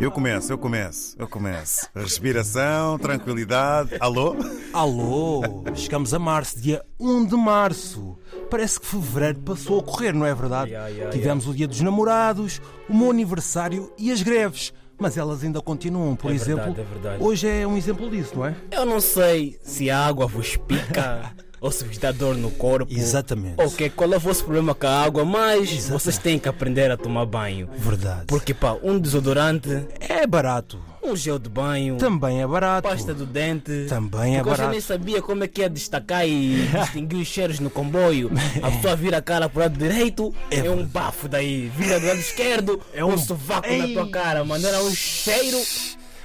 Eu começo, eu começo, eu começo. Respiração, tranquilidade. Alô? Alô, chegamos a março, dia 1 de março. Parece que fevereiro passou a correr, não é verdade? Yeah, yeah, Tivemos o dia dos namorados, o meu aniversário e as greves. Mas elas ainda continuam, por É exemplo. verdade, é verdade. Hoje é um exemplo disso, não é? Eu não sei se a água vos pica ou se vos dá dor no corpo. Exatamente. Ok, qual é o vosso problema com a água, mas vocês têm que aprender a tomar banho. Verdade. Porque pá, um desodorante, é barato. um gel de banho, Também é barato. pasta do dente. Também é porque eu já barato. nem sabia como é que ia destacar e distinguir os cheiros no comboio. A pessoa vira a cara para o lado direito, é, um bafo daí. Vira do lado esquerdo, é um, um- sovaco na Ei. tua cara, mano. Era um cheiro.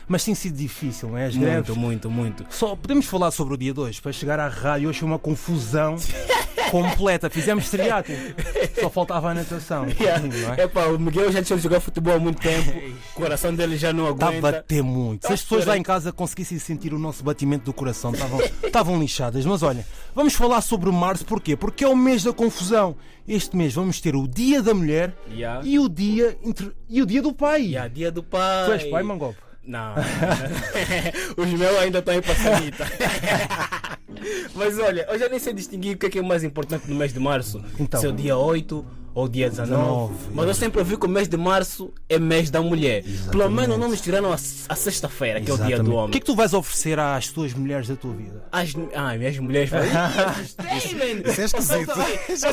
Mas tem sido difícil, não é? As greves. Muito, muito, muito. Só podemos falar sobre o dia 2 para chegar à rádio. Hoje foi uma confusão completa. Fizemos triatlo. Só faltava a natação. Não é? É pá, o Miguel já deixou de jogar futebol há muito tempo, o coração dele já não Está a aguenta. bater muito. Se as pessoas lá em casa conseguissem sentir o nosso batimento do coração, estavam, estavam lixadas. Mas olha, vamos falar sobre março, porquê? Porque é o mês da confusão. Este mês vamos ter o Dia da Mulher Yeah. e, o dia inter- e o Dia do Pai. E a dia do pai. Tu és pai, Mangope? Não. Os meus ainda estão aí para sanita. Mas olha, eu já nem sei distinguir o que é, que é mais importante no mês de março. Então. Se é o dia 8 ou o dia 19. Nove. Mas eu sempre ouvi que o mês de março é mês da mulher. Pelo menos não nos tiraram a, a sexta-feira, que é o dia do O homem. que é que tu vais oferecer às tuas mulheres da tua vida? As, ah, minhas mulheres. Isso Isso Tá é esquisito.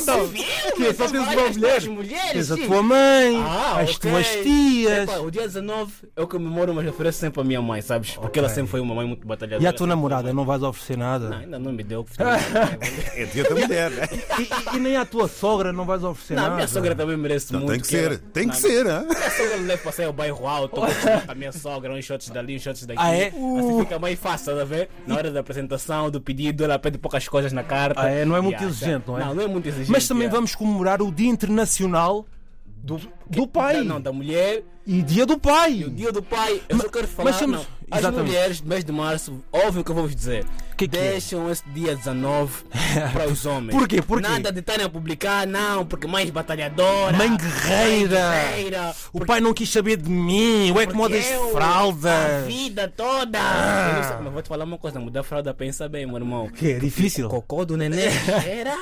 Então, quê? Só tens uma mulher? Tens mulheres. a sim. tua mãe, Ah, as ok. tuas tias. Epá, o dia 19 eu comemoro, mas ofereço sempre à minha mãe, sabes? Porque ela sempre foi uma mãe muito batalhadora. E à tua Ah, namorada não vais oferecer Ah, nada. ainda não me deu. É dia da mulher, né? E, e- e nem à tua sogra não vais oferecer Não, a nada. minha sogra também merece Não, muito. tem que ela- ser, tem que Não, ser, hã? Minha sogra não deve passar o bairro alto, eu gosto muito da minha sogra, uns shots dali, uns shots daqui. Ah, é? Assim fica mais fácil, tá a ver? Na hora da apresentação, do pedido, ela pede poucas coisas na carta. Ah, é? Não é muito Yeah, exigente, não é? Não, não é muito exigente. Mas também yeah. vamos comemorar o Dia Internacional do, do Da- Pai Não, da mulher. e Dia do Pai. O dia do pai, eu Mas- só quero falar. mas temos- não. As exatamente. mulheres, mês de março, ouvem o que eu vou vos dizer. Que que é? Deixam esse dia 19 para os homens. Por quê? Por quê? Nada de estarem a publicar, não, porque mãe batalhadora. Mãe guerreira. mãe guerreira, O porque pai não quis saber de mim, o é que modas eu, de A fralda. Ah. vida toda. Eu não sei, mas vou te falar uma coisa: mudar a fralda, pensa bem, meu irmão. Que é difícil. Cocô do neném cheira,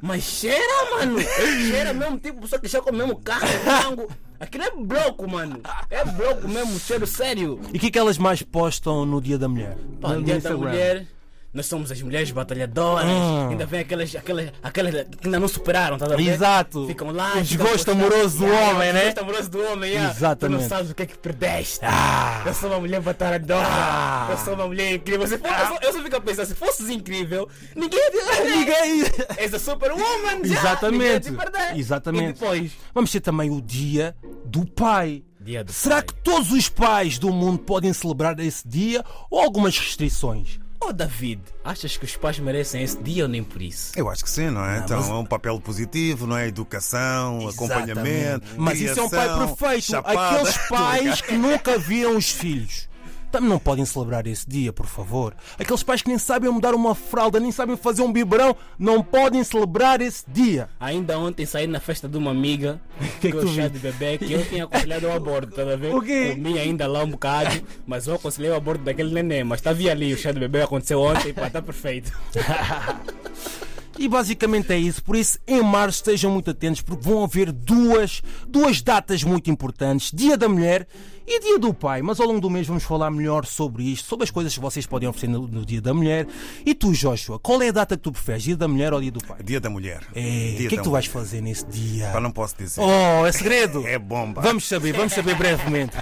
mas cheira, mano. Cheira mesmo, tipo, só que já com o mesmo carro, frango. Aquilo é bloco, mano. É bloco mesmo, cheiro sério. E o que é que elas mais postam no Dia da Mulher? Pá, No- no dia da Instagram. mulher, nós somos as mulheres batalhadoras. Ah. Ainda vem aquelas, aquelas, aquelas que ainda não superaram, tá a ver? Exato. Ficam lá. O ficam desgosto postando. amoroso do Yeah, homem, o né? Desgosto amoroso do homem, yeah. Exatamente. Tu não sabes o que é que perdeste. Ah. Eu sou uma mulher batalhadora. Ah. Eu sou uma mulher incrível. Se for- eu, só, eu só fico a pensar, se fosses incrível, ninguém ia te- Ninguém. És a super-woman. já. Exatamente. Ninguém ia te perder. Exatamente. E depois. Vamos ter também o Dia do Pai. Dia do Será pai. que todos os pais do mundo podem celebrar esse dia ou algumas restrições? Oh, David, achas que os pais merecem esse dia ou nem por isso? Eu acho que sim, não é? Então é um papel positivo, não é? Educação, acompanhamento. Mas isso é um pai criação, perfeito. chapada. Aqueles pais que nunca viram os filhos. Também não podem celebrar esse dia, por favor. Aqueles pais que nem sabem mudar uma fralda, nem sabem fazer um biberão, não podem celebrar esse dia. Ainda ontem saí na festa de uma amiga Que que, que eu tu chá viste? de bebê que eu tinha aconselhado ao aborto, tá a ver? O quê? Comi ainda lá um bocado, mas eu aconselhei o aborto daquele neném, mas estava ali, o chá de bebê aconteceu ontem, pá, tá perfeito. E basicamente é isso. Por isso, em março estejam muito atentos porque vão haver duas, duas datas muito importantes: Dia da Mulher e Dia do Pai. Mas ao longo do mês vamos falar melhor sobre isto, sobre as coisas que vocês podem oferecer no, no Dia da Mulher. E tu, Joshua, qual é a data que tu preferes? Dia da Mulher ou Dia do Pai? Dia da mulher. É, O que é que tu vais fazer nesse Pá, dia? não posso dizer. Oh, é segredo! É bomba. Vamos saber, vamos saber brevemente.